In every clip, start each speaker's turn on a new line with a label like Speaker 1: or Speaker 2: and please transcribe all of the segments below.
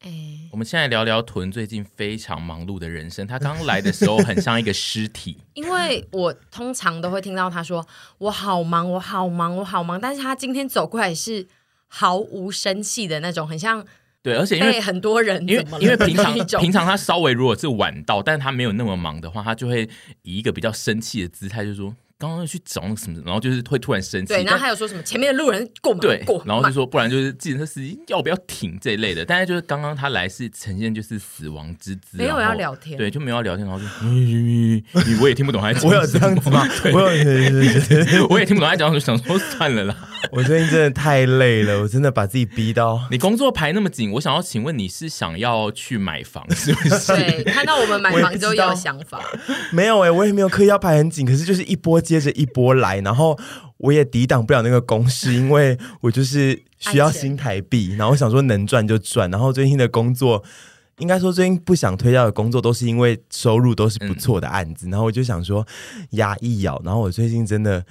Speaker 1: 哎
Speaker 2: 我们现在聊聊屯最近非常忙碌的人生。他刚来的时候很像一个尸体，
Speaker 1: 因为我通常都会听到他说我好忙，我好忙，我好忙，但是他今天走过来是毫无生气的那种，很像
Speaker 2: 对，而且因为
Speaker 1: 被很多人
Speaker 2: 因为
Speaker 1: 哎怎么了
Speaker 2: 因为平
Speaker 1: 的那
Speaker 2: 常
Speaker 1: 种
Speaker 2: 平常他稍微如果是晚到，但是他没有那么忙的话，他就会以一个比较生气的姿态，就说刚刚又去找那个什么，然后就是会突然生气。
Speaker 1: 对，然后
Speaker 2: 但
Speaker 1: 还有说什么前面的路人过马
Speaker 2: 对
Speaker 1: 过，，
Speaker 2: 然后就说不然就是计程车司机要不要停这一类的。但是就是刚刚他来是呈现就是死亡之姿，
Speaker 1: 没有
Speaker 2: 然
Speaker 1: 要
Speaker 2: 后
Speaker 1: 聊天
Speaker 2: 对，就没有要聊天，然后就 你我也听不懂他 在讲
Speaker 3: 我有
Speaker 2: 什
Speaker 3: 这
Speaker 2: 么
Speaker 3: 样子吗？我有对对对 对对，
Speaker 2: 我也听不懂他在讲什么，想说算了啦。
Speaker 3: 我最近真的太累了，我真的把自己逼到。
Speaker 2: 你工作排那么紧，我想要请问你是想要去买 房是不是？
Speaker 1: 对，看到我们买
Speaker 3: 我也
Speaker 1: 房
Speaker 3: 不
Speaker 1: 之后
Speaker 3: 知道
Speaker 1: 要有想法，
Speaker 3: 没有哎、我也没有刻意要排很紧，可是就是一波接着一波来，然后我也抵挡不了那个攻势，因为嗯我就是需要
Speaker 1: 安全
Speaker 3: 新台币，然后我想说能赚就赚，然后最近的工作。应该说，最近不想推掉的工作都是因为收入都是不错的案子，然后我就想说压抑哦。然后我最近真的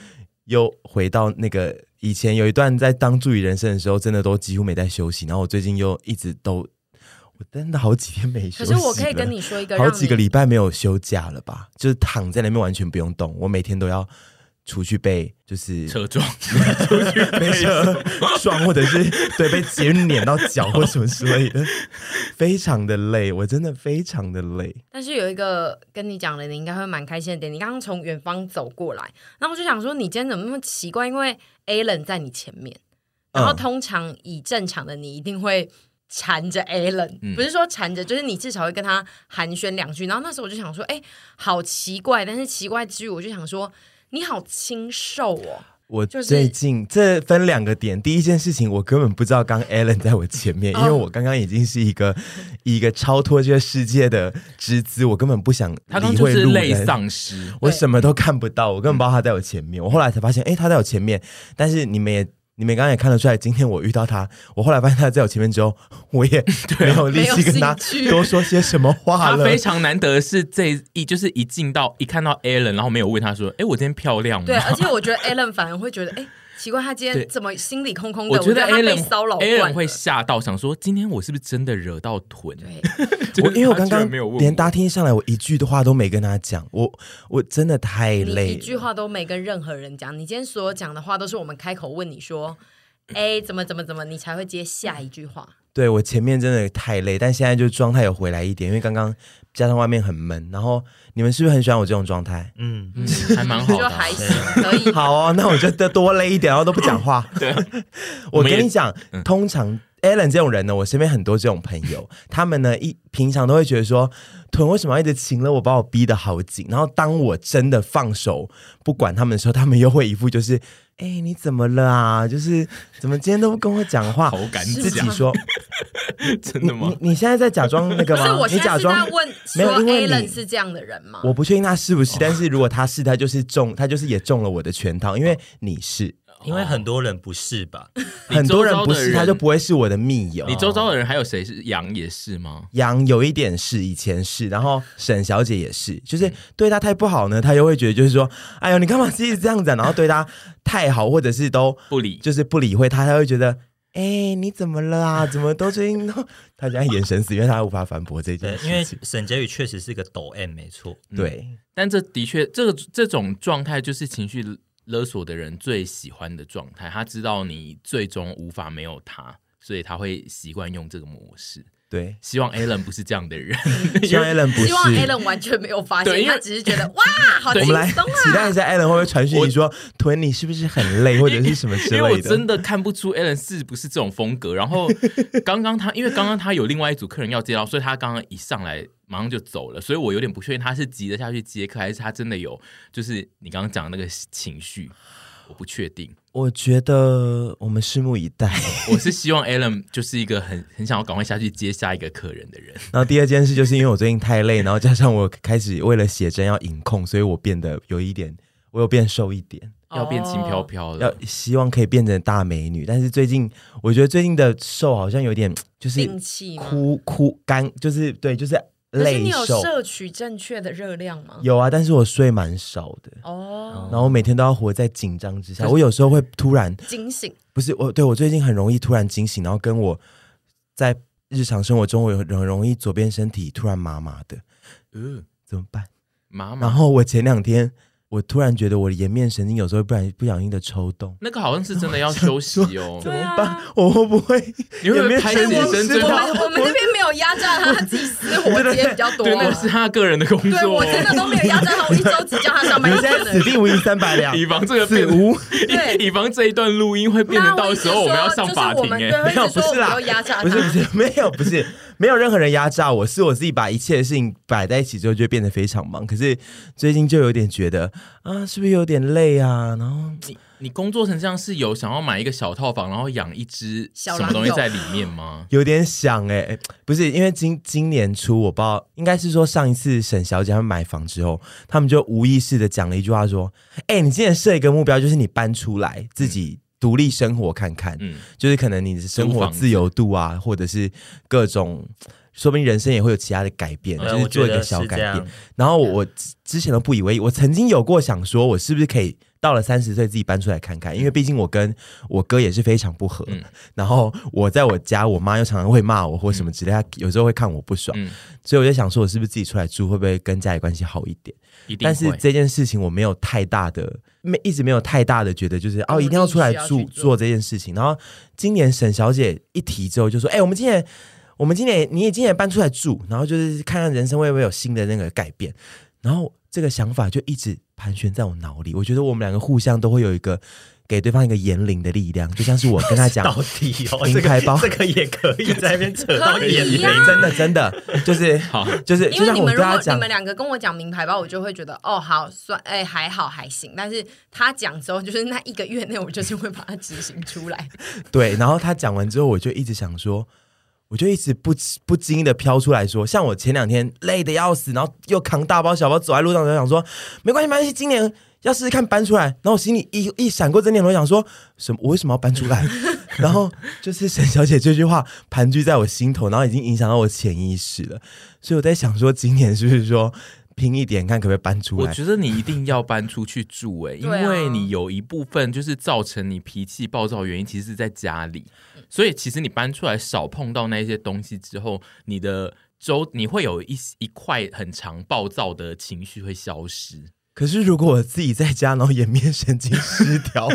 Speaker 3: 又回到那个以前有一段在当助理人生的时候，真的都几乎没在休息。然后我最近又一直都，我真的好几天没休
Speaker 1: 可是
Speaker 3: 息了。
Speaker 1: 我可以跟你说一个，
Speaker 3: 好
Speaker 1: 让
Speaker 3: 几个礼拜没有休假了吧？就是躺在那边完全不用动，我每天都要出去被就是
Speaker 2: 车撞，
Speaker 3: 被车撞，或者是对被节日碾到脚或什么之类的，非常的累，我真的非常的累。
Speaker 1: 但是有一个跟你讲的，你应该会蛮开心的点。你刚刚从远方走过来，然后我就想说，你今天怎么那么奇怪？因为 Alan 在你前面，然后
Speaker 3: 嗯
Speaker 1: 通常以正常的你一定会缠着 Alan，、
Speaker 2: 嗯
Speaker 1: 不是说缠着，就是你至少会跟他寒暄两句。然后那时候我就想说，哎、好奇怪，但是奇怪之余，我就想说，你好清瘦哦。
Speaker 2: 嗯
Speaker 3: 我
Speaker 1: 就是
Speaker 3: 最近、这分两个点，第一件事情我根本不知道刚 Alan 在我前面，
Speaker 1: 哦
Speaker 3: 因为我刚刚已经是一个一个超脱这个世界的之姿，我根本不想
Speaker 2: 他刚
Speaker 3: 理
Speaker 2: 就
Speaker 3: 会
Speaker 2: 是
Speaker 3: 路
Speaker 2: 类
Speaker 3: 人。
Speaker 2: 丧尸。
Speaker 3: 我
Speaker 1: 对
Speaker 3: 什么都看不到，我
Speaker 2: 嗯
Speaker 3: 根本不知道他在我前面。我后来才发现，诶，他在我前面。但是你们也，你们刚刚也看得出来，今天我遇到他，我后来发现他在我前面之后， 我也没有力气跟他
Speaker 1: 没有兴趣
Speaker 3: 多说些什么话
Speaker 2: 他
Speaker 3: 了。
Speaker 2: 非常难得的是这一，就是一进到一看到 Alan，然后没有问他说：“哎，我今天漂亮吗
Speaker 1: 对，而且我觉得 Alan 反而会觉得，哎、奇怪，他今
Speaker 2: 对
Speaker 1: 天怎么心里空？”空的？
Speaker 2: 我
Speaker 1: 我
Speaker 2: 觉得
Speaker 1: 得他被
Speaker 2: Alan
Speaker 1: 骚扰惯
Speaker 2: Alan
Speaker 1: 了
Speaker 2: 会吓到，想说今天我是不是真的惹到臀？
Speaker 1: 对。
Speaker 2: 就是
Speaker 3: 我因为我
Speaker 2: 他
Speaker 3: 刚
Speaker 2: 居然
Speaker 3: 刚
Speaker 2: 没有问
Speaker 3: 连
Speaker 2: 我
Speaker 3: 搭听上来，我一句的话都没跟他讲，我我真的太
Speaker 1: 你一
Speaker 3: 累
Speaker 1: 句
Speaker 3: 了。
Speaker 1: 话都没跟任何人讲，你今天所有讲的话都是我们开口问你说，哎，怎么怎么怎么，你才会接下一句话。
Speaker 3: 对我前面真的太累，但现在就状态有回来一点，因为刚刚加上外面很闷。然后你们是不是很喜欢我这种状态？
Speaker 4: 嗯，
Speaker 2: 嗯还 蛮好
Speaker 1: 就
Speaker 2: 的啊
Speaker 1: 还。行，可 以。
Speaker 3: 好哦，那我就多多累一点，然后都不讲话。
Speaker 2: 对，啊我
Speaker 3: 我
Speaker 2: 们也嗯
Speaker 3: 跟你讲，通常 Alan 这种人呢，我身边很多这种朋友，他们呢一平常都会觉得说，屯为什么要一直擒了我，把我逼得好紧。然后当我真的放手不管他们的时候，他们又会一副就是，哎、你怎么了啊？就是怎么今天都不跟我讲话？
Speaker 2: 好敢
Speaker 3: 自己
Speaker 2: 讲
Speaker 3: 说，
Speaker 2: 真
Speaker 3: 你
Speaker 2: 的吗？
Speaker 3: 你你现在在假装那 个
Speaker 1: 不是，
Speaker 3: 吗
Speaker 1: 我？
Speaker 3: 你
Speaker 1: 现
Speaker 3: 假
Speaker 1: 在是在
Speaker 3: 装。
Speaker 1: 问说
Speaker 3: 没有因为你
Speaker 1: Alan 是这样的人吗？
Speaker 3: 我不确定他是不
Speaker 2: 哦
Speaker 3: 是，但是如果他是，他就是中，他就是也中了我的圈套，因为你是，
Speaker 4: 因为很多人不是吧？
Speaker 2: 你
Speaker 3: 很多
Speaker 2: 周
Speaker 3: 人
Speaker 2: 遭
Speaker 3: 不
Speaker 2: 的
Speaker 3: 是，他
Speaker 2: 人
Speaker 3: 就不会是我的密友。
Speaker 2: 你周遭的人还有谁是羊也是吗？
Speaker 3: 杨有一点是，以前是，然后沈小姐也是，就是
Speaker 2: 嗯
Speaker 3: 对她太不好呢，她又会觉得就是说，哎呦，你干嘛自己这样子、啊？然后对她 太好，或者是都
Speaker 2: 不理，
Speaker 3: 就是不理会她，她会觉得，哎、你怎么了啊？怎么都最近都……她现在眼神死，因为她无法反驳这
Speaker 4: 对
Speaker 3: 件，事
Speaker 4: 因为
Speaker 3: 情。
Speaker 4: 沈婕妤确实是个抖 M，没错。
Speaker 3: 对，
Speaker 2: 但这的确，这个这种状态就是情绪勒索的人最喜欢的状态。他知道你最终无法没有他，所以他会习惯用这个模式。
Speaker 3: 对，
Speaker 2: 希望 Alan 不是这样的人。
Speaker 3: 希望 Allen 不
Speaker 1: 希望
Speaker 3: 是。
Speaker 1: Allen 完全没有发
Speaker 2: 对
Speaker 1: 现，
Speaker 2: 因为
Speaker 1: 他只是 觉得哇，好
Speaker 3: 我
Speaker 1: 轻
Speaker 3: 们来
Speaker 1: 松
Speaker 3: 期待
Speaker 1: 啊
Speaker 3: 一！下 Allen 会不会传讯
Speaker 2: 我
Speaker 3: 息说，屯你是不是很累，或者是什 么 之
Speaker 2: 因为我
Speaker 3: 类
Speaker 2: 真
Speaker 3: 的？
Speaker 2: 的看不出 Alan 是不是这种风格。然 后刚刚他，因为刚刚他有另外一组客人要接到，所以他刚刚一上来马上就走了，所以我有点不确定他是急着下去接客，还是他真的有就是你刚刚讲的那个情绪，我不确定。
Speaker 3: 我觉得我们拭目以待。
Speaker 2: 我是希望 Alan 就是一个很很想要赶快下去接下一个客人的人。
Speaker 3: 然后第二件事就是因为我最近太累，然后加上我开始为了写真要隐控，所以我变得有一点，我有变瘦一点，
Speaker 2: 要变轻飘
Speaker 1: 哦
Speaker 2: 飘了呃
Speaker 3: 要。希望可以变成大美女。但是最近我觉得最近的瘦好像有点就是
Speaker 1: 定气吗？
Speaker 3: 枯枯干，就是对，就是
Speaker 1: 可是你
Speaker 3: 累
Speaker 1: 有
Speaker 3: 瘦。
Speaker 1: 摄取正确的热量吗？
Speaker 3: 有啊，但是我睡蛮少的，
Speaker 1: 哦，
Speaker 3: 然后我每天都要活在紧张之下。我有时候会突然
Speaker 1: 警醒
Speaker 3: 不是我，对我最近很容易突然惊醒，然后跟我在日常生活中，我有很容易左边身体突然麻麻的，
Speaker 2: 嗯，
Speaker 3: 怎么办？
Speaker 2: 妈
Speaker 3: 然
Speaker 2: 妈，
Speaker 3: 后我前两天，我突然觉得我的颜面神经有时候不然不小心的抽动，
Speaker 2: 那个好像是真的要休息哦
Speaker 3: 怎。
Speaker 1: 对
Speaker 3: 么
Speaker 1: 啊
Speaker 3: 办？我会不 会
Speaker 2: 你会不
Speaker 3: 颜
Speaker 2: 会
Speaker 3: 面
Speaker 2: 拍
Speaker 3: 神
Speaker 2: 写
Speaker 3: 经
Speaker 2: 真
Speaker 3: 失
Speaker 2: 最
Speaker 1: 我
Speaker 2: 后
Speaker 3: 调？
Speaker 1: 们我们那边没有压榨他，他自己私 活接比较多。啊
Speaker 2: 对，那个是哦他个人的工
Speaker 1: 对
Speaker 2: 作
Speaker 1: 我。真的都没有压榨他，我一周只叫他上班
Speaker 3: 你们
Speaker 1: 一
Speaker 3: 现
Speaker 1: 天
Speaker 3: 在 死地无银三百两，
Speaker 2: 哦以防 这个
Speaker 3: 死
Speaker 2: 变
Speaker 3: 无。
Speaker 1: 对
Speaker 2: 以以防这一段录音会变成到时候我们
Speaker 1: 啊
Speaker 2: 要上法庭哎、
Speaker 1: 没
Speaker 3: 没有，不是啦
Speaker 1: 要压榨，他。
Speaker 3: 不是不是，没有不是，没有任何人压榨我，是我自己把一切的事情摆在一起之后，就会变得非常忙。可是最近就有点觉得啊，是不是有点累啊？然后
Speaker 2: 你你工作成这样是有想要买一个小套房，然后养一只
Speaker 1: 小
Speaker 2: 什
Speaker 1: 狼
Speaker 2: 么东西
Speaker 1: 狗
Speaker 2: 在里面吗？
Speaker 3: 有点想哎、欸不是因为今今年初我不知道，应该是说上一次沈小姐他们买房之后，他们就无意识的讲了一句话说：“哎、你今年设一个目标，就是你搬出来自己独立生活看看。”
Speaker 2: 嗯，
Speaker 3: 就是可能你的生
Speaker 2: 租
Speaker 3: 活
Speaker 2: 房子
Speaker 3: 自由度啊，或者是各种，说不定人生也会有其他的改变，
Speaker 4: 呃
Speaker 3: 就是
Speaker 4: 我
Speaker 3: 做
Speaker 4: 觉
Speaker 3: 一个
Speaker 4: 得
Speaker 3: 小
Speaker 4: 是
Speaker 3: 改
Speaker 4: 这
Speaker 3: 变
Speaker 4: 样。，
Speaker 3: 然后我
Speaker 2: 嗯
Speaker 3: 我之之前都不以为意，我曾经有过想说，我是不是可以到了三十岁自己搬出来看看？因为毕竟我跟我哥也是非常不合，
Speaker 2: 嗯
Speaker 3: 然后我在我家，我妈又常常会骂我或什么之类，她有时候会看我不爽，
Speaker 2: 嗯
Speaker 3: 所以我就想说，我是不是自己出来住会不会跟家里关系好一点？
Speaker 2: 一定
Speaker 3: 但是
Speaker 2: 会。
Speaker 3: 这件事情我没有太大的，没一直没有太大的觉得就是
Speaker 1: 我
Speaker 3: 哦，一定要出来
Speaker 1: 必须要去
Speaker 3: 住
Speaker 1: 做
Speaker 3: 做这件事情。然后今年沈小姐一提之后就说：“哎、我们今年，我们今年你也今年搬出来住，然后就是看看人生会不会有新的那个改变。”然后这个想法就一直盘旋在我脑里。我觉得我们两个互相都会有一个给对方一个言灵的力量，就像是我跟 他讲
Speaker 4: 到底 哦，
Speaker 3: 名
Speaker 4: 这
Speaker 3: 牌包
Speaker 4: 个这个也可以在那边扯到
Speaker 1: 可以
Speaker 4: 眼
Speaker 1: 呀
Speaker 4: 泪。
Speaker 3: 真的真的 就是
Speaker 2: 好，
Speaker 3: 就是，
Speaker 1: 因
Speaker 3: 就
Speaker 1: 为
Speaker 3: 像
Speaker 1: 你
Speaker 3: 我
Speaker 1: 们
Speaker 3: 跟
Speaker 1: 如
Speaker 3: 他
Speaker 1: 果你
Speaker 3: 讲
Speaker 1: 们两个跟我讲名牌包，我就会觉得哦好算哎、还好还行，但是他讲之后，就是那一个月内我就是会把它执行出来。
Speaker 3: 对，然后他讲完之后，我就一直想说，我就一直不不经意的飘出来说，像我前两天累的要死，然后又扛大包小包走在路上，我就想说，没关系，没关系，今年要试试看搬出来。然后我心里一一闪过这念头，我想说什么？我为什么要搬出来？ 然后就是沈小姐这句话盘踞在我心头，然后已经影响到我潜意识了。所以我在想说，今年是不是说拼一点，看可不可以搬出
Speaker 2: 我
Speaker 3: 来？
Speaker 2: 觉得你一定要搬出去住哎、因
Speaker 1: 对啊
Speaker 2: 为你有一部分就是造成你脾气暴躁的原因，其实是在家里。所以其实你搬出来少碰到那些东西之后，你的周你会有一一块很长暴躁的情绪会消失。
Speaker 3: 可是如果我自己在家，然后颜面神经失 调，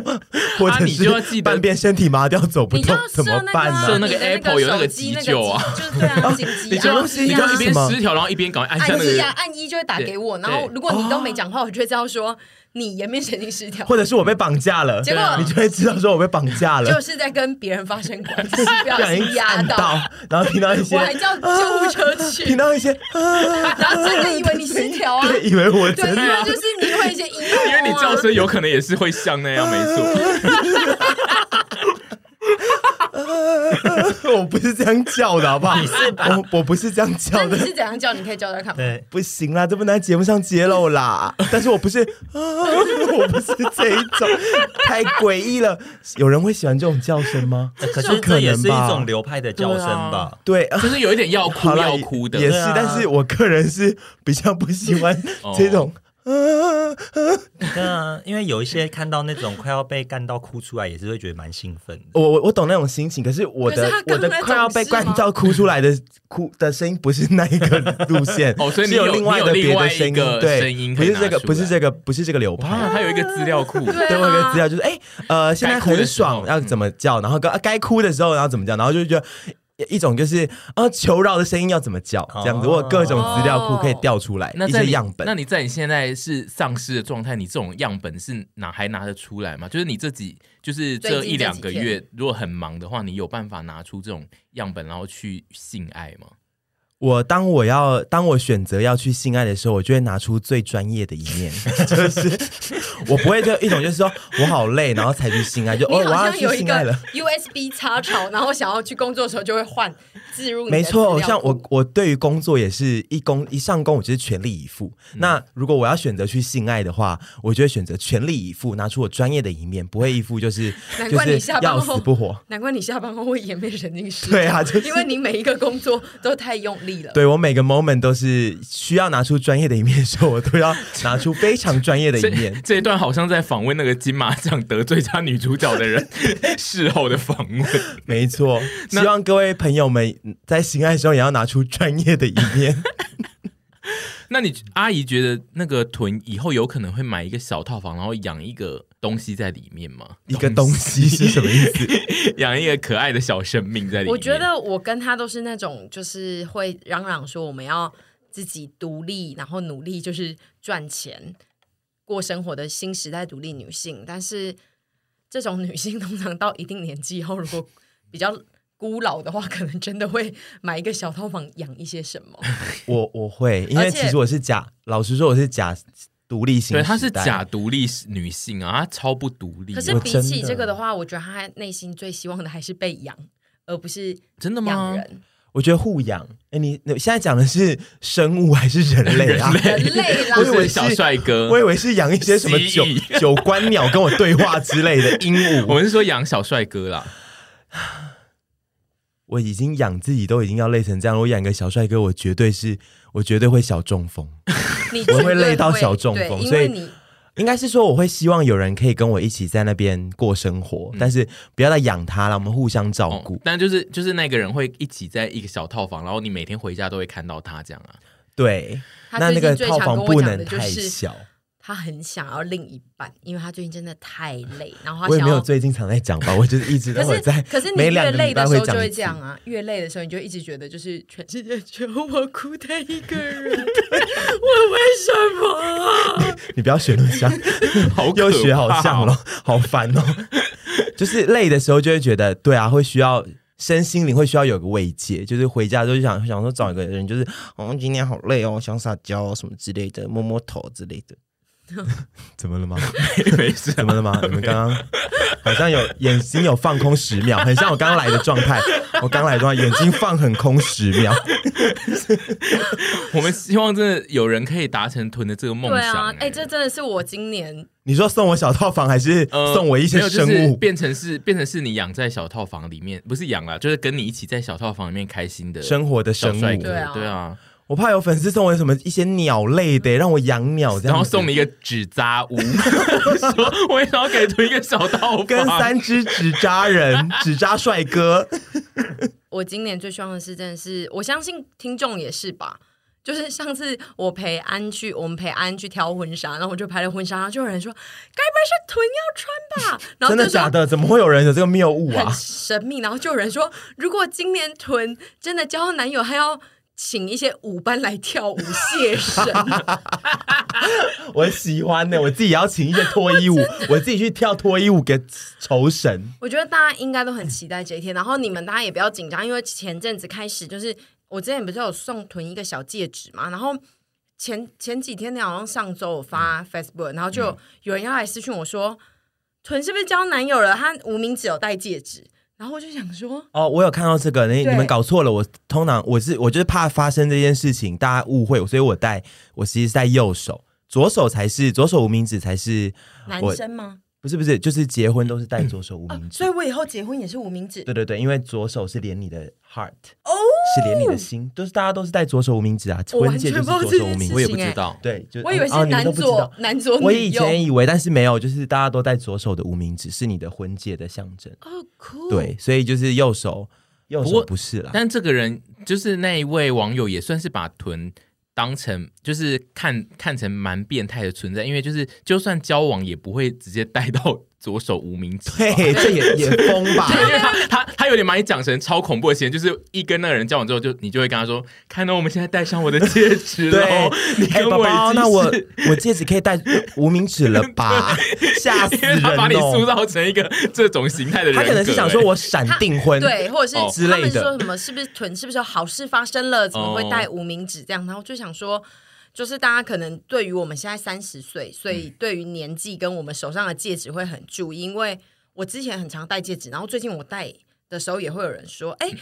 Speaker 3: 或
Speaker 2: 啊
Speaker 3: 者
Speaker 2: 你就是要记得
Speaker 3: 半边身体麻掉走不
Speaker 1: 你就
Speaker 3: 动
Speaker 1: 要，设
Speaker 3: 怎么
Speaker 1: 那个
Speaker 3: 办
Speaker 1: 啊
Speaker 3: 呢、
Speaker 2: 设那个
Speaker 1: 你的
Speaker 2: Apple 有那
Speaker 1: 手
Speaker 2: 个
Speaker 1: 机
Speaker 2: 急
Speaker 1: 那个
Speaker 2: 救啊
Speaker 1: 机，就是对啊，紧急
Speaker 2: 你就
Speaker 1: 按
Speaker 2: 要
Speaker 3: 东西
Speaker 1: 一
Speaker 2: 你
Speaker 1: 啊
Speaker 2: 就要一边
Speaker 3: 什么
Speaker 2: 失调，然后一边赶快按下
Speaker 1: 按
Speaker 2: 那
Speaker 1: 一
Speaker 2: 个
Speaker 1: 啊，按一就会打给我，
Speaker 2: 对
Speaker 1: 然后如果你都没讲话，我就会知道说你颜面神经失调，
Speaker 3: 或者是我被绑架了，
Speaker 1: 结果
Speaker 3: 你就会知道说我被绑 架了，
Speaker 1: 就是在跟别人发生关系，不
Speaker 3: 不小
Speaker 1: 小
Speaker 3: 心
Speaker 1: 心压
Speaker 3: 按到，然后听到一些
Speaker 1: 我，还叫救护车去
Speaker 3: 听，到一些，啊、
Speaker 1: 然后真的以为你失调啊，
Speaker 3: 对，以为我
Speaker 1: 对，
Speaker 3: 真
Speaker 1: 因
Speaker 3: 的。
Speaker 1: 为就是你会一些音乐、啊，
Speaker 2: 因哎为你叫声有可能也是会像那样，没 错。
Speaker 3: 啊我不是这样叫的，好不好？我我不是这样
Speaker 1: 那
Speaker 3: 叫
Speaker 1: 你
Speaker 3: 的，
Speaker 1: 是怎样叫？你可以叫他看吗？
Speaker 4: 对，
Speaker 3: 不行啦，这不能在节目上揭露啦。 但是我不是，啊、我不是这一种，太诡异了。有人会喜欢这种叫声吗？
Speaker 4: 呃可
Speaker 3: 不
Speaker 4: 是
Speaker 3: 可
Speaker 4: 这也
Speaker 3: 能
Speaker 4: 是
Speaker 3: 吧
Speaker 4: 一种流派的叫声吧？
Speaker 3: 对， 啊
Speaker 2: 就是有一点要
Speaker 3: 好
Speaker 2: 哭
Speaker 3: 啦
Speaker 2: 要哭的，
Speaker 3: 也也是
Speaker 4: 对啊，
Speaker 3: 但是我个人是比较不喜 欢
Speaker 2: 哦
Speaker 3: 这种。 呃呃
Speaker 4: 对 啊，因为有一些看到那种快要被干到哭出来，也是会觉得蛮兴奋的。
Speaker 3: 我我我懂那种心情，可是我的
Speaker 1: 可是他刚
Speaker 3: 我的
Speaker 1: 刚那种
Speaker 3: 快要被
Speaker 1: 是吗
Speaker 3: 灌到哭出来的哭的声音不是那一个路线，
Speaker 2: 哦所以
Speaker 3: 是
Speaker 2: 你有
Speaker 3: 另外的
Speaker 2: 你有
Speaker 3: 别
Speaker 2: 另
Speaker 3: 的
Speaker 2: 外一
Speaker 3: 声音，
Speaker 2: 个
Speaker 3: 对，
Speaker 2: 声音
Speaker 3: 不
Speaker 2: 可以
Speaker 3: 是这
Speaker 2: 拿
Speaker 3: 个，
Speaker 2: 出来
Speaker 3: 不是这个，不是这个流派
Speaker 2: 哇，。啊它有一个资料库，
Speaker 1: 对
Speaker 3: 对，我有个资料就是，哎，呃，现在
Speaker 2: 啊该哭的
Speaker 3: 很
Speaker 2: 时候
Speaker 3: 爽，要怎么叫？然后该该哭的时候，然后怎么叫？然后就觉得呃一种就是啊，求饶的声音要怎么叫？这样子，
Speaker 4: 哦
Speaker 3: 我有各种资料库可以
Speaker 1: 哦
Speaker 3: 调出来
Speaker 2: 那
Speaker 3: 一
Speaker 2: 在
Speaker 3: 些
Speaker 2: 你
Speaker 3: 样本
Speaker 2: 那。你在你现在是丧尸的状态，你这种样本是拿还拿得出来吗？就是你这几就是
Speaker 1: 最
Speaker 2: 这
Speaker 1: 近
Speaker 2: 一
Speaker 1: 这
Speaker 2: 两
Speaker 1: 几
Speaker 2: 个
Speaker 1: 天
Speaker 2: 月，如果很忙的话，你有办法拿出这种样本，然后去性爱吗？
Speaker 3: 我当我要当我选择要去性爱的时候，我就会拿出最专业的一 面，就是我不会就一种就是说我好累，然后才去性爱，就哦
Speaker 1: 你
Speaker 3: 我
Speaker 1: 好
Speaker 3: 要
Speaker 1: 像
Speaker 3: 去
Speaker 1: 有一
Speaker 3: 性爱
Speaker 1: 个
Speaker 3: 了。
Speaker 1: USB 插槽，然后想要去工作的时候就会换置入你的
Speaker 3: 没
Speaker 1: 资料库。
Speaker 3: 错，像我我对于工作也是一工一上工，我就是全力以赴。
Speaker 1: 嗯
Speaker 3: 那如果我要选择去性爱的话，我就会选择全力以赴，拿出我专业的一面，不会一副就是
Speaker 1: 难
Speaker 3: 就
Speaker 1: 怪你
Speaker 3: 是
Speaker 1: 下班
Speaker 3: 要
Speaker 1: 后
Speaker 3: 死不活。
Speaker 1: 难怪你下班后会颜面神经失
Speaker 3: 对啊，就是
Speaker 1: 因为你每一个工作都太用力了。
Speaker 3: 对我每个 moment 都是需要拿出专业的一面的时候，我都要拿出非常专业的一
Speaker 2: 这
Speaker 3: 面。
Speaker 2: 这一段好像在访问那个金马奖得最佳女主角的人 事后的访问。
Speaker 3: 没错，希望各位朋友们嗯在性爱的时候也要拿出专业的一 面。
Speaker 2: 那你阿姨觉得那个屯以后有可能会买一个小套房，然后养一个东西在里面吗？
Speaker 3: 一个东西是什么意 思？
Speaker 2: 养一个可爱的小生命在里面。
Speaker 1: 我觉得我跟他都是那种，就是会嚷嚷说我们要自己独立，然后努力就是赚钱过生活的新时代独立女性。但是这种女性通常到一定年纪后，如果比较孤老的话，可能真的会买一个小套房养一些什么。
Speaker 3: 哎我我会，因为
Speaker 1: 而且
Speaker 3: 其实我是假，老实说我是假独立型，
Speaker 2: 对，她是假，独立女性啊，她超不独立。
Speaker 1: 可是
Speaker 3: 我
Speaker 1: 比
Speaker 3: 真
Speaker 1: 起
Speaker 3: 的
Speaker 1: 这个的话，我觉得他内心最希望的还是被养，而不是
Speaker 2: 真的
Speaker 1: 养
Speaker 2: 吗？
Speaker 1: 人。
Speaker 3: 我觉得护养。哎，你你现在讲的是生物还是人类啊？
Speaker 1: 人类啦
Speaker 3: 我
Speaker 2: 就，
Speaker 3: 以为
Speaker 2: 是小帅哥，
Speaker 3: 我以为是养一些什么
Speaker 2: 蜥
Speaker 3: 九
Speaker 2: 蜴
Speaker 3: 九官鸟跟我对话之类的鹦
Speaker 2: 我
Speaker 3: 鹉，
Speaker 2: 们是说养小帅哥啦。
Speaker 3: 我已经养自己都已经要累成这样了，我养个小帅哥，我绝对是，我绝对会小中风。
Speaker 1: 你
Speaker 3: 我
Speaker 1: 绝
Speaker 3: 会
Speaker 1: 对
Speaker 3: 累到小中
Speaker 1: 对
Speaker 3: 风
Speaker 1: 因
Speaker 3: 所以
Speaker 1: 为你
Speaker 3: 应该是说我会希望有人可以跟我一起在那边过生活，
Speaker 1: 嗯
Speaker 3: 但是不要再养它了，我们互相照
Speaker 2: 哦
Speaker 3: 顾。，
Speaker 2: 但就是就是那个人会一起在一个小套房，然后你每天回家都会看到他这样啊。
Speaker 3: 对，
Speaker 1: 他
Speaker 3: 那那
Speaker 1: 最
Speaker 3: 个
Speaker 1: 近最
Speaker 3: 套
Speaker 1: 常跟
Speaker 3: 房
Speaker 1: 我
Speaker 3: 不
Speaker 1: 讲的
Speaker 3: 能
Speaker 1: 就
Speaker 3: 太
Speaker 1: 是，
Speaker 3: 小。
Speaker 1: 他很想要另一半，因为他最近真的太 累，然后他
Speaker 3: 我也
Speaker 1: 想
Speaker 3: 没有
Speaker 1: 要。
Speaker 3: 最近常在讲吧，我就是一直都
Speaker 1: 可
Speaker 3: 会
Speaker 1: 是
Speaker 3: 在，
Speaker 1: 可是你
Speaker 3: 每两
Speaker 1: 越
Speaker 3: 个
Speaker 1: 累
Speaker 3: 礼拜
Speaker 1: 的时候
Speaker 3: 讲
Speaker 1: 就
Speaker 3: 一
Speaker 1: 会
Speaker 3: 次
Speaker 1: 这样啊，越累的时候你就一直觉得就是全世界只有我孤单一个人，我 为什么啊？
Speaker 3: 你不要学录 像，
Speaker 2: 好可怕
Speaker 3: 又
Speaker 2: 哦
Speaker 3: 学好像了，好烦哦。 就是累的时候就会觉得，对啊，会需要身心灵会需要有个慰藉，就是回家就想想说找一个人，就是哦今天好累哦，想撒娇哦什么之类的，摸摸头之 类的。怎么了吗？
Speaker 2: 没事啊，
Speaker 3: 怎么了吗？你们刚刚好像有眼睛有放空十秒，很像我刚来的状 态。我刚来的状态，眼睛放很空十秒。
Speaker 2: 我们希望真的有人可以达成屯的这个梦
Speaker 1: 对
Speaker 2: 想、
Speaker 1: 啊，
Speaker 2: 哎、
Speaker 1: 哎，这真的是我今年
Speaker 3: 你说送我小套房，还是
Speaker 2: 呃
Speaker 3: 送我一些
Speaker 2: 没有
Speaker 3: 生
Speaker 2: 就是
Speaker 3: 物？
Speaker 2: 变成是变成是你养在小套房里面，不是养啦，就是跟你一起在小套房里面开心的
Speaker 3: 生活的
Speaker 2: 小
Speaker 3: 生
Speaker 2: 帅
Speaker 3: 物
Speaker 2: 哥，，
Speaker 1: 对啊
Speaker 2: 对啊，
Speaker 3: 我怕有粉丝送我什么一些鸟类的，让我养鸟这样，
Speaker 2: 然后送你。一个纸扎屋， 说我也想要给屯一个小套房，
Speaker 3: 跟三只纸 扎人、纸扎帅哥，
Speaker 1: 我今年最希望的是，真的是我相信听众也是吧。就是上次我陪安去，我们陪安去挑婚纱，然后我就拍了婚纱，然后就有人说，该不会是臀要穿吧？然后
Speaker 3: 真
Speaker 1: 就
Speaker 3: 的
Speaker 1: 说
Speaker 3: 假的？怎么会有人有这个谬误
Speaker 1: 很
Speaker 3: 啊？
Speaker 1: 神秘。然后就有人说，如果今年臀真的交到男友，还要请一些舞伴来跳舞谢神。
Speaker 3: 我喜欢呢、我自己也要请一些脱衣舞， 我自己去跳脱衣舞给酬神。
Speaker 1: 我觉得大家应该都很期待这一天。然后你们大家也不要紧张，因为前阵子开始就是我之前不是有送囤一个小戒指嘛，然后。前前几天，好像上周我发 Facebook，、然后就有人要来私讯我说，屯是不是交男友了？他无名指有戴戒指，然后我就想说，
Speaker 3: 哦，我有看到这个，你
Speaker 1: 对
Speaker 3: 你们搞错了。我通常我是我就是怕发生这件事情，大家误会，所以我戴我其实是戴右手，左手才是左手无名指才是
Speaker 1: 男
Speaker 3: 我
Speaker 1: 生吗？
Speaker 3: 不是不是，就是结婚都是
Speaker 1: 嗯
Speaker 3: 戴左手无名指。
Speaker 1: 所以我以后结婚也是无名指。
Speaker 3: 对对对，因为左手是连你的 heart，哦，是连你的心，都是大家都是戴左手无名指啊，
Speaker 1: 我完
Speaker 3: 婚戒
Speaker 1: 全
Speaker 3: 就是
Speaker 1: 不知道
Speaker 3: 左
Speaker 1: 这
Speaker 3: 手无
Speaker 1: 件
Speaker 3: 名
Speaker 1: 事
Speaker 2: 我
Speaker 3: 指。
Speaker 2: 也不知道，
Speaker 3: 对，就
Speaker 1: 我以为是
Speaker 3: 哦你们
Speaker 1: 男
Speaker 3: 都不知
Speaker 1: 左、
Speaker 3: 道。
Speaker 1: 男左女右，
Speaker 3: 我以前以为，但是没有，就是大家都戴左手的无名指是你的婚戒的象征，
Speaker 1: 哦酷，
Speaker 3: 对，所以就是右手，右
Speaker 2: 不过
Speaker 3: 手不是啦，
Speaker 2: 啊但这个人就是那一位网友，也算是把臀当成就是看看成蛮变态的存在，因为就是就算交往也不会直接带到左手无名 指。
Speaker 3: 对，这也也疯吧，
Speaker 2: 因为他他他有点把你讲成超恐怖的事情，就是一跟那个人交往之后，就你就会跟他说：“看到我们现在戴上我的戒指了，你
Speaker 3: 哎，
Speaker 2: 跟
Speaker 3: 宝
Speaker 2: 我已经
Speaker 3: 宝，
Speaker 2: 是
Speaker 3: 那我我戒指可以戴无名指了吧？吓死
Speaker 2: 因为
Speaker 3: 人
Speaker 2: 他把你塑
Speaker 3: 哦！
Speaker 2: 造成一个这种形态的人格，
Speaker 3: 他可能是想说
Speaker 2: 哎
Speaker 3: 我闪订婚，
Speaker 1: 对，或者是
Speaker 2: 哦
Speaker 3: 之
Speaker 1: 他
Speaker 3: 类
Speaker 1: 们
Speaker 3: 的
Speaker 1: 说什么是不是臀是不是有好事发生了，怎么会带无名指这样？然后就想
Speaker 3: 哦
Speaker 1: 说。就是大家可能对于我们现在三十岁，所以对于年纪跟我们手上的戒指会很注意。因为我之前很常戴戒指，然后最近我戴的时候也会有人说：“哎、
Speaker 3: 嗯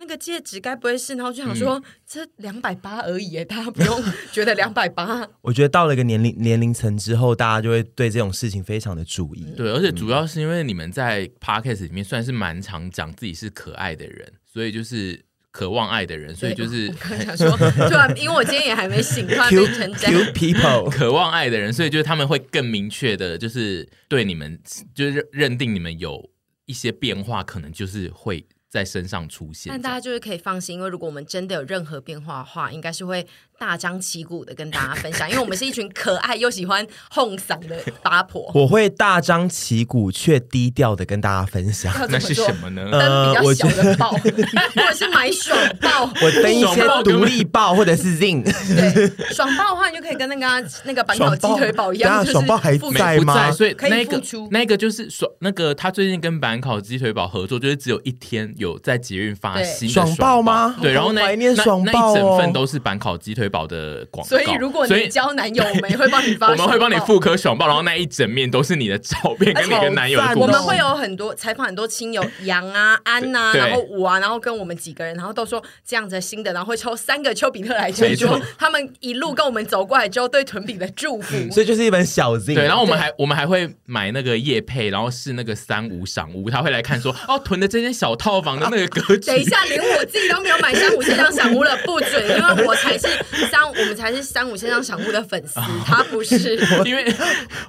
Speaker 1: 那个戒指该不会是？”然后就想说，这两百八而已耶，大家不 用觉得两百八
Speaker 3: 我觉得到了一个年龄年龄层之后，大家就会对这种事情非常的注意。
Speaker 1: 嗯
Speaker 2: 对，而且主要是因为你们在 podcast 里面算是蛮常讲自己是可爱的人，所以就是渴望爱的人，所以就是
Speaker 1: 我刚想 说，突然因为我今天也还没醒，突然被
Speaker 3: Q
Speaker 1: 成真
Speaker 3: Q people，
Speaker 2: 渴望爱的人，所以就是他们会更明确的，就是对你们，就是认认定你们有一些变化，可能就是会在身上出现
Speaker 1: 但
Speaker 2: 这
Speaker 1: 大家
Speaker 2: 样。
Speaker 1: 就是可以放心，因为如果我们真的有任何变化的话，应该是会大张旗鼓的跟大家 分享，因为我们是一群可爱又喜欢哄嗓的八婆。
Speaker 3: 我会大张旗鼓却低调的跟大家分 享。
Speaker 1: 要怎 么
Speaker 2: 那是
Speaker 1: 做
Speaker 2: 什？么呢？
Speaker 1: 灯比
Speaker 3: 呃
Speaker 1: 较
Speaker 3: 我
Speaker 1: 小
Speaker 3: 觉
Speaker 1: 的爆， 或者是买爽 爆。
Speaker 3: 我登一
Speaker 2: 手
Speaker 3: 些
Speaker 2: 报
Speaker 3: 独立报或者是 Zing，
Speaker 1: 对，爽爆的话，你就可以跟那个啊那个板烤鸡腿堡一样，
Speaker 3: 爽爆
Speaker 2: 啊
Speaker 1: 就是
Speaker 3: 等下爽爆还
Speaker 1: 付
Speaker 2: 没
Speaker 1: 出
Speaker 3: 在
Speaker 2: 不
Speaker 3: 吗
Speaker 2: 在，所以
Speaker 1: 可以
Speaker 2: 那
Speaker 1: 付
Speaker 2: 个
Speaker 1: 出
Speaker 2: 那个就是爽，那个他最近跟板烤鸡腿堡合作，就是只有一天有在捷运发
Speaker 1: 对
Speaker 2: 新的
Speaker 3: 爽爆吗
Speaker 2: 对，然后
Speaker 3: 好
Speaker 2: 那
Speaker 3: 怀念爽
Speaker 2: 那
Speaker 3: 爆
Speaker 2: 那一整份
Speaker 3: 哦
Speaker 2: 都是板烤鸡腿堡的广告，
Speaker 1: 所以如果
Speaker 2: 所
Speaker 1: 你
Speaker 2: 以
Speaker 1: 交男友，我们也会帮你发，
Speaker 2: 我们会帮你复。刻爽爆，然后那一整面都是你的照 片跟你跟男友的
Speaker 3: 而且
Speaker 2: 故
Speaker 1: 我
Speaker 2: 事
Speaker 1: 们。会有很多采访很多亲友，杨啊、安呐、
Speaker 2: 对
Speaker 1: 然后我啊，然后跟我们几个人，然后都说这样子的新的，然后会抽三个丘比特来抽，
Speaker 2: 没错
Speaker 1: 说他们一路跟我们走过来之后对臀比的祝福。
Speaker 2: 嗯
Speaker 3: 所以就是一本小 Zing。
Speaker 2: 对，然后我们还我们还会买那个叶配，然后是那个三五赏屋，他会来看说哦，囤的这间小套房的那个格局
Speaker 1: 等一， 下，连我自己都没有买三五线上赏屋了，不准，因为我才是三，我们才是三五线上赏屋的粉丝，他不是。
Speaker 2: 因为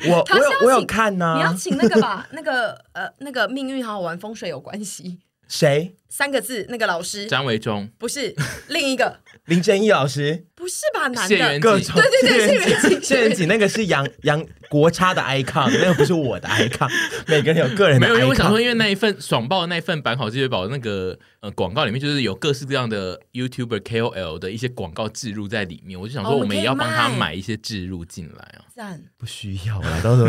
Speaker 3: 我
Speaker 1: 他
Speaker 3: 我
Speaker 1: 是要
Speaker 3: 有我有
Speaker 1: 请
Speaker 3: 看呐、
Speaker 1: 你要请那个吧， 那个呃，那个命运好好玩风水有关系，
Speaker 3: 谁？
Speaker 1: 三个字那个老 师
Speaker 2: 张维忠、
Speaker 1: 不是另一个，
Speaker 3: 林正义老师，
Speaker 1: 不是吧？男
Speaker 2: 谢元
Speaker 1: 的，
Speaker 3: 各
Speaker 2: 景
Speaker 3: 种，
Speaker 1: 对对对，谢元景，
Speaker 3: 谢元景那个是杨杨国差的 icon，那个不是我的 icon。每个人有个人的
Speaker 2: 没有，因为我想
Speaker 3: icon
Speaker 2: 说，。因为那一份爽爆的那一份板烤鸡腿堡那个呃广告里面，就是有各式各样的 YouTuber KOL 的一些广告植入在里面，我就想
Speaker 1: 哦
Speaker 2: 说，
Speaker 1: 我
Speaker 2: 我
Speaker 1: 们
Speaker 2: 们
Speaker 1: 可
Speaker 2: 也
Speaker 1: 以
Speaker 2: 要帮他
Speaker 1: 卖
Speaker 2: 买一些植入进来啊。
Speaker 1: 赞。
Speaker 3: 不需要了，到时候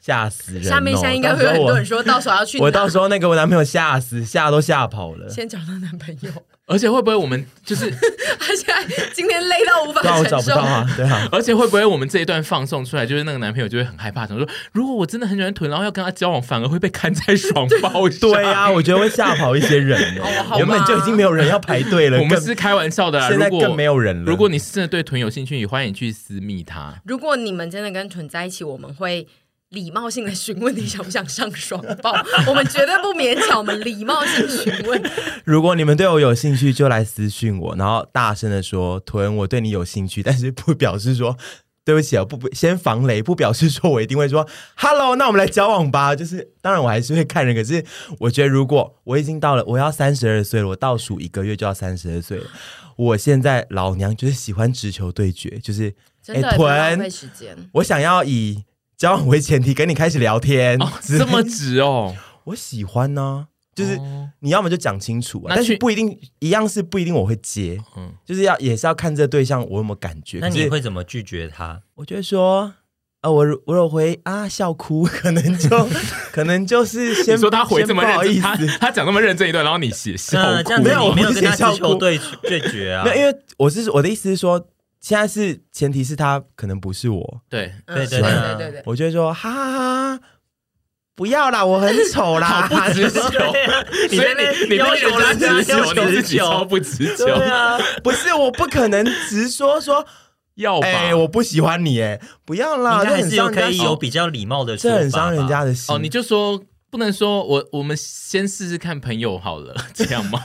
Speaker 3: 吓死人哦、
Speaker 1: 下面现在应该会有很多人说到手要去
Speaker 3: 到时候我。我到
Speaker 1: 哪
Speaker 3: 时候那个我男朋友吓死，吓都吓跑了。
Speaker 1: 先找到男朋 友，
Speaker 2: 而且会不会我们就是，，
Speaker 1: 他现在今天累到无法
Speaker 3: 不然我找
Speaker 1: 承
Speaker 3: 不
Speaker 1: 受
Speaker 3: 到。啊，对啊
Speaker 2: 而且会不会我们这一段放送出来，就是那个男朋友就会很害怕，想说如果我真的很喜欢臀，然后要跟他交往，反而会被看在爽爆上。
Speaker 3: 对啊，我觉得会吓跑一些人呢、
Speaker 1: 哦好吧
Speaker 3: 原本就已经没有人要排队了，
Speaker 2: 我们
Speaker 3: 更
Speaker 2: 是开玩笑的啦。啊
Speaker 3: 现在
Speaker 2: 如果
Speaker 3: 更没有人了。
Speaker 2: 如果你是真的对臀有兴趣，也欢迎去私密他。
Speaker 1: 如果你们真的跟蠢在一起，我们会礼貌性的询问你想不想上爽报， 我们绝对不勉强，我们礼貌性询 问。
Speaker 3: 如果你们对我有兴趣，就来私讯我，然后大声的说：“屯，我对你有兴趣，但是不表示说对不起啊，不不，先防雷，不表示说我一定会说 ‘hello’，那我们来交往吧。”就是当然我还是会看人，可是我觉得如果我已经到了我要三十二岁了，我倒数一个月就要三十二岁了，我现在老娘就是喜欢直球对决，就是
Speaker 1: 真的
Speaker 3: 诶
Speaker 1: 不要浪费
Speaker 3: 屯，
Speaker 1: 时间，
Speaker 3: 我想要以交往为前提跟你开始聊天，
Speaker 2: 哦，
Speaker 3: 之
Speaker 2: 这么直哦，
Speaker 3: 我喜欢呢、 就是。
Speaker 2: 哦
Speaker 3: 你要么就讲清楚、啊，
Speaker 2: 那
Speaker 3: 但是
Speaker 2: 去
Speaker 3: 不一定一样是不一定我会接，
Speaker 2: 嗯
Speaker 3: 就是要也是要看这对象我有没有感觉。
Speaker 4: 那
Speaker 3: 可
Speaker 4: 你
Speaker 3: 是
Speaker 4: 会怎么拒绝他？
Speaker 3: 我就会说，啊，我如我有回啊笑哭，可能就可能就是先
Speaker 2: 你说他回
Speaker 3: 先
Speaker 2: 这么
Speaker 3: 不好
Speaker 2: 认
Speaker 3: 意
Speaker 2: 真，他
Speaker 3: 思，
Speaker 2: 他讲那么认真一段，然后你写笑
Speaker 4: 那这样
Speaker 2: 哭
Speaker 3: 没，
Speaker 4: 子
Speaker 3: 有
Speaker 4: 你没
Speaker 3: 我
Speaker 4: 有
Speaker 3: 不
Speaker 4: 跟他
Speaker 3: 是笑
Speaker 4: 直球
Speaker 3: 哭
Speaker 4: 对对决啊
Speaker 3: 没？有，因为我是我的意思是说，现在是前提是他可能不是我，
Speaker 2: 对，
Speaker 1: 嗯
Speaker 4: 对
Speaker 1: 对
Speaker 4: 对
Speaker 1: 对
Speaker 4: 对
Speaker 1: 对对，
Speaker 3: 我就会说哈哈哈，不要啦，我很丑
Speaker 2: 好
Speaker 3: 啦，
Speaker 2: 不直球。
Speaker 4: 对啊，你
Speaker 2: 所以
Speaker 4: 在那
Speaker 2: 你你
Speaker 4: 要
Speaker 2: 被
Speaker 4: 求
Speaker 2: 人家
Speaker 4: 人
Speaker 2: 直
Speaker 4: 家要
Speaker 2: 球，
Speaker 4: 求
Speaker 2: 你自
Speaker 4: 直
Speaker 2: 己超
Speaker 4: 球，
Speaker 2: 不直球，
Speaker 3: 对啊，不是我不可能直说说，
Speaker 2: 要吧？
Speaker 3: 哎、我不喜欢你，哎，不要啦，
Speaker 4: 应该
Speaker 3: 这
Speaker 4: 还
Speaker 3: 很
Speaker 4: 是有
Speaker 3: 伤人
Speaker 4: 可
Speaker 3: 家
Speaker 4: 以
Speaker 3: 心
Speaker 4: 有比较礼貌的说
Speaker 3: 这
Speaker 4: 法吧，
Speaker 3: 很伤人家的心。
Speaker 2: 哦，你就说不能说我，我们先试试看朋友好了，这样 吗？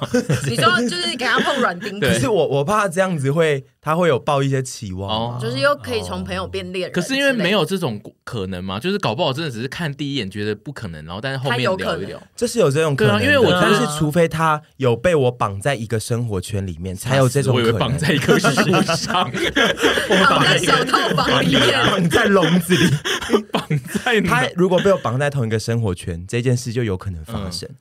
Speaker 1: 你说就是给他碰软钉子
Speaker 2: 对
Speaker 3: 可，是我我怕这样子会，他会有抱一些期望、啊。
Speaker 2: 哦
Speaker 1: 就是又可以从朋友变恋人。
Speaker 2: 可是因为没，有这种可能嘛，就是搞不好真的只是看第一眼觉得不可能，然后但是后面
Speaker 1: 他有可
Speaker 2: 聊
Speaker 1: 能
Speaker 2: 一聊，
Speaker 3: 这是有这种可能的，
Speaker 2: 对啊因为我
Speaker 4: 觉得
Speaker 3: 但是除非他有被我绑在一个生活圈里面，才有这种
Speaker 2: 我以
Speaker 3: 可
Speaker 2: 为
Speaker 3: 能。
Speaker 2: 绑在一棵树 上，
Speaker 1: 绑在小套房里
Speaker 2: 啊
Speaker 1: 面。
Speaker 3: 绑在笼 子里，
Speaker 2: 绑在哪嗯
Speaker 3: 他如果被我绑在同一个生活圈，这件事就有可能发生。
Speaker 2: 嗯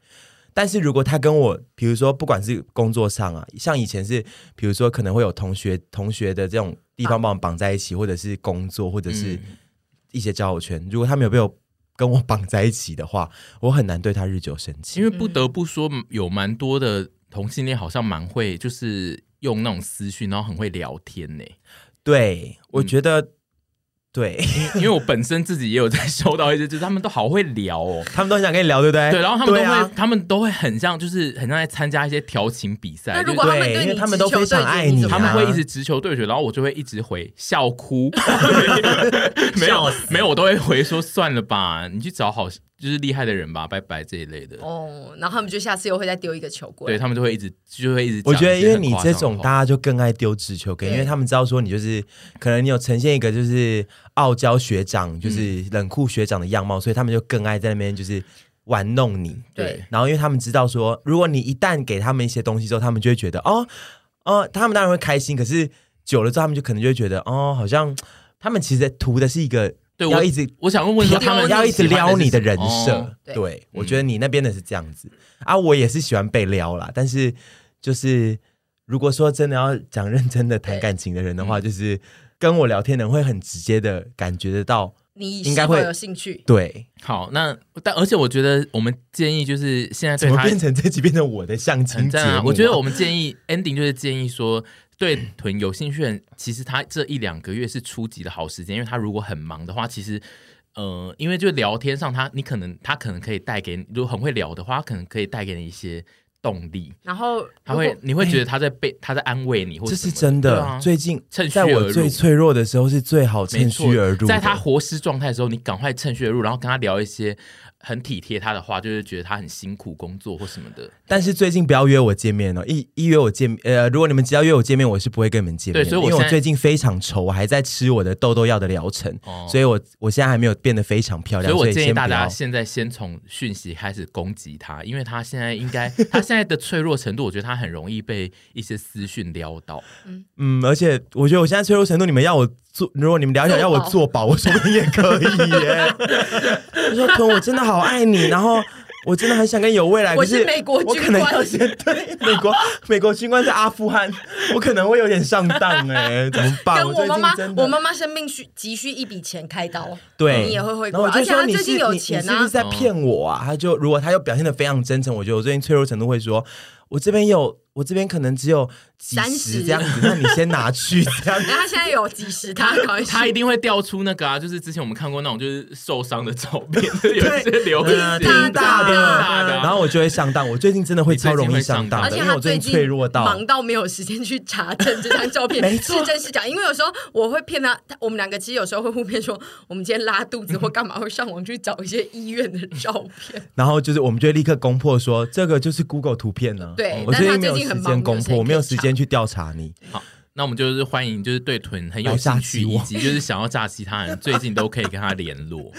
Speaker 3: 但是如果他跟我，比如说不管是工作上啊，像以前是，比如说可能会有同学同学的这种地方把我们绑在一起，或者是工作，或者是
Speaker 2: 嗯
Speaker 3: 一些交友圈，如果他没有被我跟我绑在一起的话，我很难对他日久生
Speaker 2: 因
Speaker 3: 情。
Speaker 2: 为不得
Speaker 1: 嗯
Speaker 2: 不说，有蛮多的同性恋好像蛮会，就是用那种私讯，然后很会聊天呢、
Speaker 3: 对，我
Speaker 2: 嗯
Speaker 3: 觉得、对
Speaker 2: 因为我本身自己也有在收到一些，就是他们都好会聊哦。
Speaker 3: 他们都很想跟你聊，对不对？
Speaker 2: 对，然后他们都会，
Speaker 3: 啊、
Speaker 2: 他们都会很像，就是很像在参加一些调情比赛。
Speaker 1: 那
Speaker 2: 就是
Speaker 1: 如果他们
Speaker 3: 哎对
Speaker 1: 对
Speaker 3: 因为
Speaker 1: 你
Speaker 3: 他们
Speaker 1: 直
Speaker 3: 都
Speaker 1: 球
Speaker 3: 非常
Speaker 1: 对决
Speaker 3: 爱
Speaker 1: 你
Speaker 3: 你
Speaker 1: 怎么
Speaker 2: 他
Speaker 3: 啊
Speaker 2: 们会一直直球对决，然后我就会一直回笑 哭，没有
Speaker 4: 笑死
Speaker 2: 没有，我都会回说算了吧，你去找好就是厉害的人吧，拜拜这一类的，
Speaker 1: 哦，然后他们就下次又会再丢一个球过
Speaker 2: 对
Speaker 1: 来。
Speaker 2: 他们就会一直就会一直讲
Speaker 3: 我
Speaker 2: 一些很夸张的话。
Speaker 3: 觉得，因为你这种，大家就更爱丢直球给你，
Speaker 1: 对
Speaker 3: 因为他们知道说你就是可能你有呈现一个就是傲娇学长，
Speaker 2: 嗯
Speaker 3: 就是冷酷学长的样貌，所以他们就更爱在那边就是玩弄你。
Speaker 1: 对
Speaker 3: 然后因为他们知道说，如果你一旦给他们一些东西之后，他们就会觉得哦哦，他们当然会开心，可是久了之后，他们就可能就会觉得哦，好像他们其实图的是一个
Speaker 2: 对
Speaker 3: 要
Speaker 2: 我
Speaker 3: 一直
Speaker 2: 我想 问说哦他们
Speaker 3: 要一直撩你的人
Speaker 2: 喜
Speaker 3: 设，
Speaker 2: 欢的
Speaker 1: 对
Speaker 3: 对
Speaker 2: 嗯
Speaker 3: 我觉得你那边的是这样子啊，我也是喜欢被撩啦，但是就是如果说真的要讲认真的谈感情的人的
Speaker 2: 嗯
Speaker 3: 话，就是跟我聊天的人会很直接的感觉得到，
Speaker 1: 你
Speaker 3: 应该
Speaker 1: 是否
Speaker 3: 会
Speaker 1: 有兴趣？
Speaker 3: 对，
Speaker 2: 是什么好，那但而且我觉得我们建议就是现在
Speaker 3: 怎
Speaker 2: 对
Speaker 3: 么
Speaker 2: 他
Speaker 3: 变成这集变成我的相亲
Speaker 2: 很
Speaker 3: 节
Speaker 2: 赞
Speaker 3: 目啊、
Speaker 2: 啊！我觉得我们建议 ending 就是建议说，对臀有兴趣的人，其实他这一两个月是初级的好时间，因为他如果很忙的话，其实。呃，因为就聊天上他，你可能他可能可以带给你，如果很会聊的话，他可能可以带给你一些动力。
Speaker 1: 然后
Speaker 2: 他
Speaker 1: 如果
Speaker 2: 会，你会觉
Speaker 3: 哎
Speaker 2: 得他在被、他在安慰你，或者
Speaker 3: 这是真的，最近
Speaker 2: 啊趁虚
Speaker 3: 在
Speaker 2: 而
Speaker 3: 我
Speaker 2: 入
Speaker 3: 最脆弱的时候是最好
Speaker 2: 没
Speaker 3: 趁
Speaker 2: 错
Speaker 3: 虚而入的，
Speaker 2: 在他活尸状态的时候，你赶快趁虚而入，然后跟他聊一些很体贴他的话，就是觉得他很辛苦工作或什么的。
Speaker 3: 但是最近不要约我见面哦，一一约我见，呃，如果你们只要约我见面，我是不会跟你们见面的。
Speaker 2: 对所以我
Speaker 3: 因为
Speaker 2: 现
Speaker 3: 我
Speaker 2: 在
Speaker 3: 最近非常愁，我还在吃我的痘痘药的疗程，
Speaker 2: 哦
Speaker 3: 所以我我现在还没有变得非常
Speaker 2: 所
Speaker 3: 漂
Speaker 2: 以
Speaker 3: 亮。所
Speaker 2: 我建议
Speaker 3: 先不
Speaker 2: 大家
Speaker 3: 要
Speaker 2: 现在先从讯息开始攻击他，因为他现在应该他现在的脆弱程度，我觉得他很容易被一些私讯撩到。
Speaker 3: 嗯，而且我觉得我现在脆弱程度，你们要我做，如果你们聊一聊
Speaker 1: 做
Speaker 3: 要我
Speaker 1: 保
Speaker 3: 做保，我说不定也可以耶。我说屯，我真的好爱你，然后我真的很想跟你有未来，
Speaker 1: 我
Speaker 3: 可
Speaker 1: 是
Speaker 3: 是
Speaker 1: 美国
Speaker 3: 我
Speaker 1: 军
Speaker 3: 可能
Speaker 1: 官
Speaker 3: 要先对美国美国军官在阿富汗，我可能会有点上当哎，怎么办？
Speaker 1: 跟我
Speaker 3: 最
Speaker 1: 妈
Speaker 3: 近
Speaker 1: 妈
Speaker 3: 真，的
Speaker 1: 我妈妈生病需急需一笔钱开刀，
Speaker 3: 对，
Speaker 1: 你也会回
Speaker 3: 然
Speaker 1: 国，
Speaker 3: 后我
Speaker 1: 而
Speaker 3: 就
Speaker 1: 且
Speaker 3: 说
Speaker 1: 她
Speaker 3: 你
Speaker 1: 最
Speaker 3: 是
Speaker 1: 近有
Speaker 3: 你
Speaker 1: 钱
Speaker 3: 你是
Speaker 1: 啊
Speaker 3: 不是，在
Speaker 2: 哦
Speaker 3: 骗我啊？他就如果他又表现的非常真诚，我觉得我最近脆弱程度会说，我这边有，我这边可能只有几十
Speaker 1: 30
Speaker 3: 这样子，那你先 拿去这样子。
Speaker 1: 然后她现在有几十，她搞一
Speaker 2: 他一定会调出那个啊，就是之前我们看过那种就是受伤的照片，就是有 一些流血
Speaker 3: 呃
Speaker 4: 嗯
Speaker 1: 挺大的
Speaker 2: 大 的啊
Speaker 3: 然后我就会上当，我最近真的会
Speaker 2: 你最
Speaker 3: 超容
Speaker 2: 近
Speaker 3: 易
Speaker 2: 会
Speaker 3: 上
Speaker 2: 上
Speaker 3: 当
Speaker 2: 当
Speaker 1: 而
Speaker 3: 的，
Speaker 1: 且
Speaker 3: 因为
Speaker 1: 她
Speaker 3: 我最
Speaker 1: 最
Speaker 3: 近脆弱到
Speaker 1: 忙到没有时间去查证这 张照片
Speaker 3: 没错
Speaker 1: 是真是假，因为有时候我会骗她，她我们两个其实有时候会互骗说我们今天拉肚子或干嘛，会上网去找一些医院的照片。
Speaker 3: 然后就是我们就会立刻攻破说这个就是 Google 图片呢、
Speaker 1: 对
Speaker 3: 我
Speaker 1: 但
Speaker 3: 最
Speaker 1: 他
Speaker 3: 近没有
Speaker 1: 最近
Speaker 3: 时
Speaker 1: 很忙
Speaker 3: 间
Speaker 1: 没有
Speaker 3: 攻
Speaker 1: 时
Speaker 3: 破，
Speaker 1: 间
Speaker 3: 我没有
Speaker 1: 可以
Speaker 3: 时间去调查你。
Speaker 2: 那我们就是欢迎，就是对臀很有
Speaker 3: 来
Speaker 2: 兴
Speaker 3: 炸
Speaker 2: 趣
Speaker 3: 鸡
Speaker 2: 以
Speaker 3: 我
Speaker 2: 及就是想要炸其他人，最近都可以跟他联络。